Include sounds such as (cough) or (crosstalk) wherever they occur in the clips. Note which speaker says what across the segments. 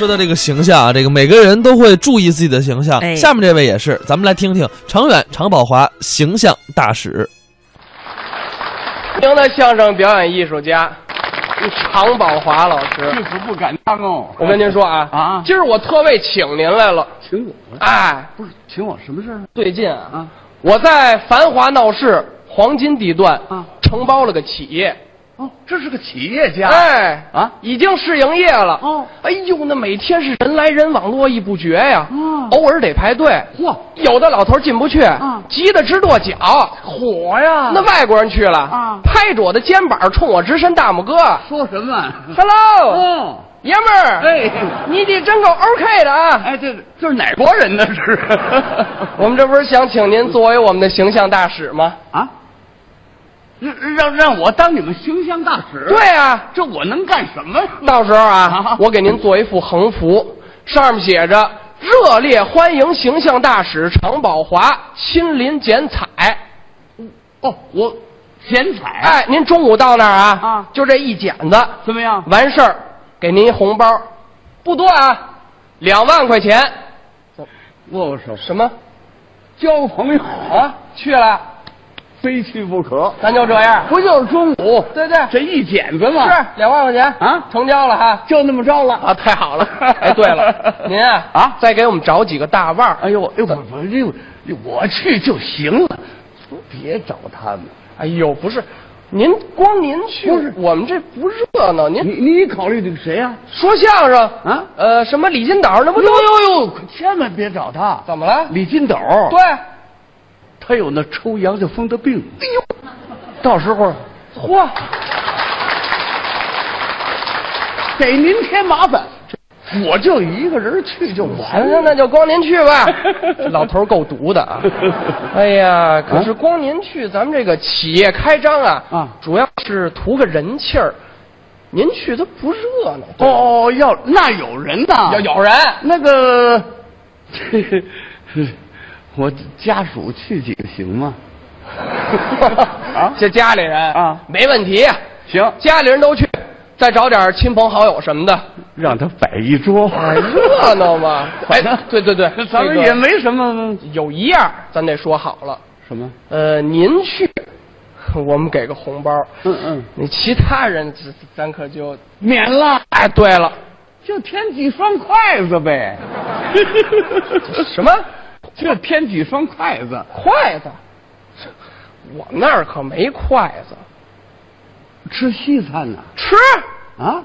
Speaker 1: 说到这个形象啊，这个每个人都会注意自己的形象。
Speaker 2: 哎
Speaker 1: 下面这位也是，咱们来听听常远常宝华形象大使。
Speaker 3: 著名的相声表演艺术家
Speaker 4: 嗯
Speaker 3: 常宝华老师，
Speaker 4: 这可不敢当哦。
Speaker 3: 我跟您说啊，
Speaker 4: 嗯啊嗯
Speaker 3: 今儿我特为请您来了。
Speaker 4: 请我，啊
Speaker 3: 哎，
Speaker 4: 不是请我什么事儿
Speaker 3: 最近啊，
Speaker 4: 啊？
Speaker 3: 我在繁华闹市、黄金地段
Speaker 4: 啊
Speaker 3: 承包了个企业，
Speaker 4: 哦，这是个企业家。
Speaker 3: 哎
Speaker 4: 啊
Speaker 3: 已经试营业了。
Speaker 4: 哦
Speaker 3: 哎呦，那每天是人来人往，络绎不绝呀。
Speaker 4: 嗯
Speaker 3: 偶尔得排队。
Speaker 4: 嚯
Speaker 3: 有的老头进不去，
Speaker 4: 嗯
Speaker 3: 急得直跺脚。
Speaker 4: 火呀
Speaker 3: 那外国人去了，
Speaker 4: 啊
Speaker 3: 拍着我的肩膀，冲我直伸大拇哥
Speaker 4: 说什么啊？
Speaker 3: ，Hello，、
Speaker 4: 哦，
Speaker 3: 爷们儿，
Speaker 4: 哎
Speaker 3: 你得真够 OK 的啊！
Speaker 4: 哎，这这是哪国人呢？这 (laughs) 是 (laughs)
Speaker 3: 我们这不是想请您作为我们的形象大使吗？
Speaker 4: 啊？让让让我当你们形象大使？
Speaker 3: 对，啊，
Speaker 4: 这我能干什么？
Speaker 3: 到时候啊
Speaker 4: 啊，
Speaker 3: 我给您做一副横幅，上面写着“热烈欢迎形象大使常宝华亲临剪
Speaker 4: 哎
Speaker 3: 彩
Speaker 4: 哦，我剪”。彩。，
Speaker 3: 哎，您中午到那儿啊，
Speaker 4: 啊
Speaker 3: 就这一剪子，
Speaker 4: 怎么样？
Speaker 3: 完事儿给您一红包，不多啊，两万块钱。
Speaker 4: 握握手，
Speaker 3: 什么？
Speaker 4: 交朋友
Speaker 3: 啊，，去了，
Speaker 4: 非去不可。
Speaker 3: 咱就这样。哦
Speaker 4: 不就是中午
Speaker 3: 对对，
Speaker 4: 这一剪子吗？
Speaker 3: 是两万块钱
Speaker 4: 啊
Speaker 3: 成交了哈。
Speaker 4: 就那么着了
Speaker 3: 啊，太
Speaker 4: (laughs)
Speaker 3: 好了！哎，对了， (laughs) 您啊
Speaker 4: 啊
Speaker 3: 再给我们找几个大腕儿。
Speaker 4: 哎呦，哎呦，我我这我去就行了，别找他们。
Speaker 3: 哎呦，不是，您光您去，
Speaker 4: 不是
Speaker 3: 我们这不热闹。您
Speaker 4: 你你考虑的谁啊呀、
Speaker 3: 说相声
Speaker 4: 啊
Speaker 3: 呃，什么李金斗那不都
Speaker 4: 呦呦，可千万别找他。
Speaker 3: 怎么了？
Speaker 4: 李金斗，
Speaker 3: 对，，
Speaker 4: 他有那抽羊角风的病。哎呦，到时候
Speaker 3: 嚯，
Speaker 4: 给您添麻烦。我就一个人去就完
Speaker 3: 行
Speaker 4: 了
Speaker 3: 行，。那就光您去
Speaker 4: (laughs)
Speaker 3: 吧。这老头儿够毒的啊！哎呀，可是
Speaker 4: 啊
Speaker 3: 光您去，咱们这个企业开张啊，
Speaker 4: 啊
Speaker 3: 主要是图个人气儿。您去它不热闹。
Speaker 4: 哦啊哦，要那有人呐，
Speaker 3: 要有人
Speaker 4: 那个， (laughs) 我家属去几个行吗？ (laughs) 啊
Speaker 3: (laughs) 这家里人
Speaker 4: 啊
Speaker 3: 没问题，
Speaker 4: 行
Speaker 3: 家里人都去，再找点亲朋好友什么的，
Speaker 4: 让他摆一桌，
Speaker 3: 热闹
Speaker 4: (laughs)
Speaker 3: 嘛。哎
Speaker 4: 反正，
Speaker 3: 对对对，
Speaker 4: 哎咱
Speaker 3: 这
Speaker 4: 们
Speaker 3: 个
Speaker 4: 也没什么
Speaker 3: 有一样，咱得说好了。
Speaker 4: 什么，
Speaker 3: 呃，您去，我们给个红包。
Speaker 4: 嗯嗯，
Speaker 3: 你其他人，咱咱可就……
Speaker 4: 免了，
Speaker 3: 哎，对了，
Speaker 4: 就添几双筷子呗。
Speaker 3: 什么
Speaker 4: 就添几双筷子，
Speaker 3: 筷子？我们那儿可没筷子，
Speaker 4: 吃西餐呢？
Speaker 3: 吃，
Speaker 4: 啊，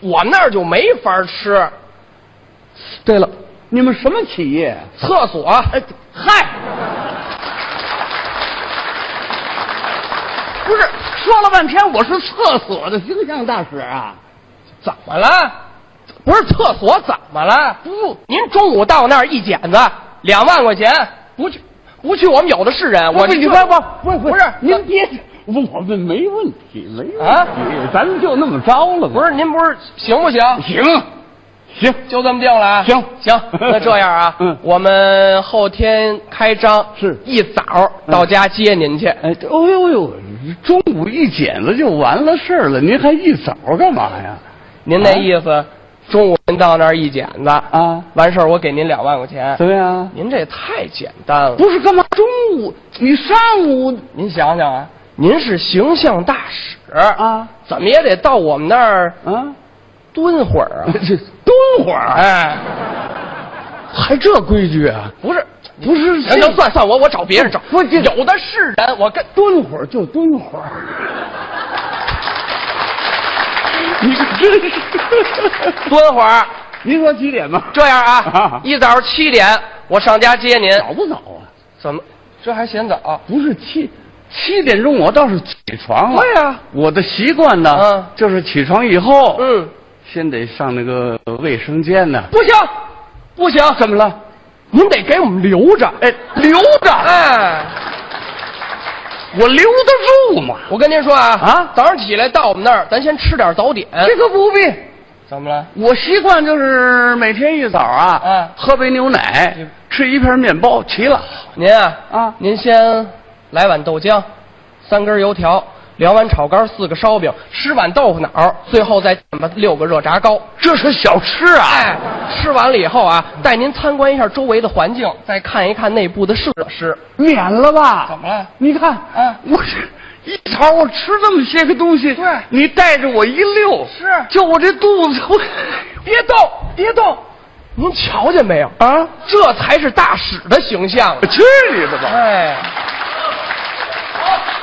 Speaker 3: 我们那儿就没法吃。对了，
Speaker 4: 你们什么企业？
Speaker 3: 厕所，哎，嗨，
Speaker 4: 不是说了半天我是厕所的形象大使啊？
Speaker 3: 怎么了？不是厕所怎么了？
Speaker 4: 不，
Speaker 3: 您中午到那儿一剪子，两万块钱，不去不去，我们有的是人。我
Speaker 4: 不是你
Speaker 3: 去
Speaker 4: 不不不
Speaker 3: 不是
Speaker 4: 您别，我我们没问题，没问题，
Speaker 3: 啊
Speaker 4: 咱们就那么着了吧。
Speaker 3: 不是您不是行不行？
Speaker 4: 行，行，
Speaker 3: 就这么定了啊？
Speaker 4: 行
Speaker 3: 行，那这样啊，
Speaker 4: 嗯
Speaker 3: 我们后天开张，
Speaker 4: 是
Speaker 3: 一早到家接您去。
Speaker 4: 哎，哦呦呦，中午一剪子就完了事儿了，您还一早干嘛呀？
Speaker 3: 您那意思，中午您到那儿一剪子
Speaker 4: 啊
Speaker 3: 完事儿我给您两万块钱。
Speaker 4: 怎么样？
Speaker 3: 您这也太简单了。
Speaker 4: 不是干嘛？中午你上午
Speaker 3: 您想想啊，您是形象大使，
Speaker 4: 啊
Speaker 3: 怎么也得到我们那儿
Speaker 4: (laughs) 啊，
Speaker 3: 蹲会儿啊。
Speaker 4: 这 (laughs) 蹲会儿，啊
Speaker 3: 哎，
Speaker 4: 还这规矩啊？
Speaker 3: 不是，
Speaker 4: 不是
Speaker 3: 行行，算算我，我找别
Speaker 4: (laughs)
Speaker 3: 人找。
Speaker 4: 不是这
Speaker 3: 有的是人，我跟
Speaker 4: 蹲会儿就蹲会儿。 (laughs) 你可真是， (laughs)
Speaker 3: 蹲会儿。啊
Speaker 4: 您说几点吧？
Speaker 3: 这样啊
Speaker 4: 啊，
Speaker 3: 一早七点我上家接您。
Speaker 4: 早不早啊？
Speaker 3: 怎么？这还嫌早？
Speaker 4: 不是七七点钟，我倒是起床了。
Speaker 3: 对呀
Speaker 4: 我的习惯呢，
Speaker 3: 嗯
Speaker 4: 就是起床以后，
Speaker 3: 嗯，
Speaker 4: 先得上那个卫生间呢。
Speaker 3: 不行，不行，
Speaker 4: 怎么了？
Speaker 3: 您得给我们留着。
Speaker 4: 哎，留着，
Speaker 3: 哎，
Speaker 4: 我留得住吗？
Speaker 3: 我跟您说啊，
Speaker 4: 啊
Speaker 3: 早上起来到我们那儿，咱先吃点早点。
Speaker 4: 这个不必。
Speaker 3: 怎么了？
Speaker 4: 我习惯就是每天一早啊，
Speaker 3: 嗯
Speaker 4: 喝杯牛奶
Speaker 3: 嗯，
Speaker 4: 吃一片面包，齐了。
Speaker 3: 您啊，
Speaker 4: 啊
Speaker 3: 您先来碗豆浆，三根油条，两碗炒肝，四个烧饼，十碗豆腐脑儿，最后再点吧六个热炸糕。
Speaker 4: 这是小吃啊！
Speaker 3: 哎，吃完了以后啊，带您参观一下周围的环境，再看一看内部的设施。
Speaker 4: 免了吧？
Speaker 3: 怎么了
Speaker 4: 你看，
Speaker 3: 嗯
Speaker 4: 我这一勺我吃这么些个东西，
Speaker 3: 对
Speaker 4: 你带着我一溜，
Speaker 3: 是
Speaker 4: 就我这肚子，我 (laughs)
Speaker 3: 别动，别动，您瞧见没有？
Speaker 4: 啊，
Speaker 3: 这才是大使的形象。
Speaker 4: 去你的吧！
Speaker 3: 哎，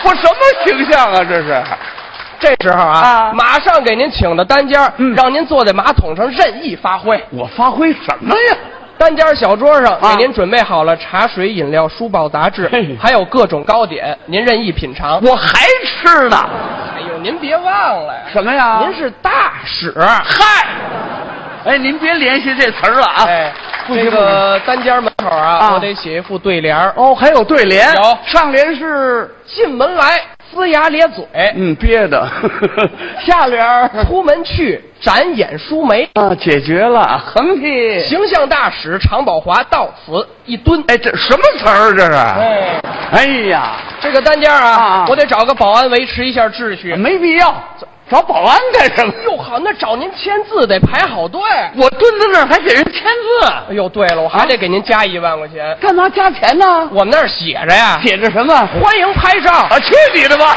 Speaker 4: 我什么形象啊？这是，
Speaker 3: 这时候啊，
Speaker 4: 啊
Speaker 3: 马上给您请到单间儿，
Speaker 4: 嗯
Speaker 3: 让您坐在马桶上任意发挥。
Speaker 4: 我发挥什么呀？
Speaker 3: 单间小桌上
Speaker 4: 啊
Speaker 3: 给您准备好了茶水、饮料、书报、杂志
Speaker 4: 嘿，
Speaker 3: 还有各种糕点，您任意品尝。
Speaker 4: 我还吃呢？
Speaker 3: 哎呦，您别忘了呀，
Speaker 4: 什么呀？
Speaker 3: 您是大使。
Speaker 4: 嗨，哎，您别联系这词儿了啊！
Speaker 3: 哎，
Speaker 4: 不行
Speaker 3: 这个单间门口啊，
Speaker 4: 啊
Speaker 3: 我得写一副对联儿
Speaker 4: 不行哦，还有对联，
Speaker 3: 有
Speaker 4: 上联是
Speaker 3: 进门来，呲牙咧嘴；
Speaker 4: 嗯憋的，下联儿
Speaker 3: 出门去，展眼舒眉。
Speaker 4: (laughs) 啊解决了，横批
Speaker 3: 形象大使常宝华到此一蹲。
Speaker 4: 哎，这什么词儿这是？
Speaker 3: 哎，
Speaker 4: 哎呀，
Speaker 3: 这个单间啊，
Speaker 4: 啊啊嗯
Speaker 3: 我得找个保安维持一下秩序。
Speaker 4: 没必要，找保安干什么？
Speaker 3: 哟好，那找您签字得排好队。
Speaker 4: 我蹲在那儿还给人签字，
Speaker 3: 哎呦，对了，我还得给您加一万块钱。
Speaker 4: 干嘛加钱呢？
Speaker 3: 我们那儿写着呀，
Speaker 4: 写着什么？
Speaker 3: 欢迎拍照。
Speaker 4: 啊，去你的吧！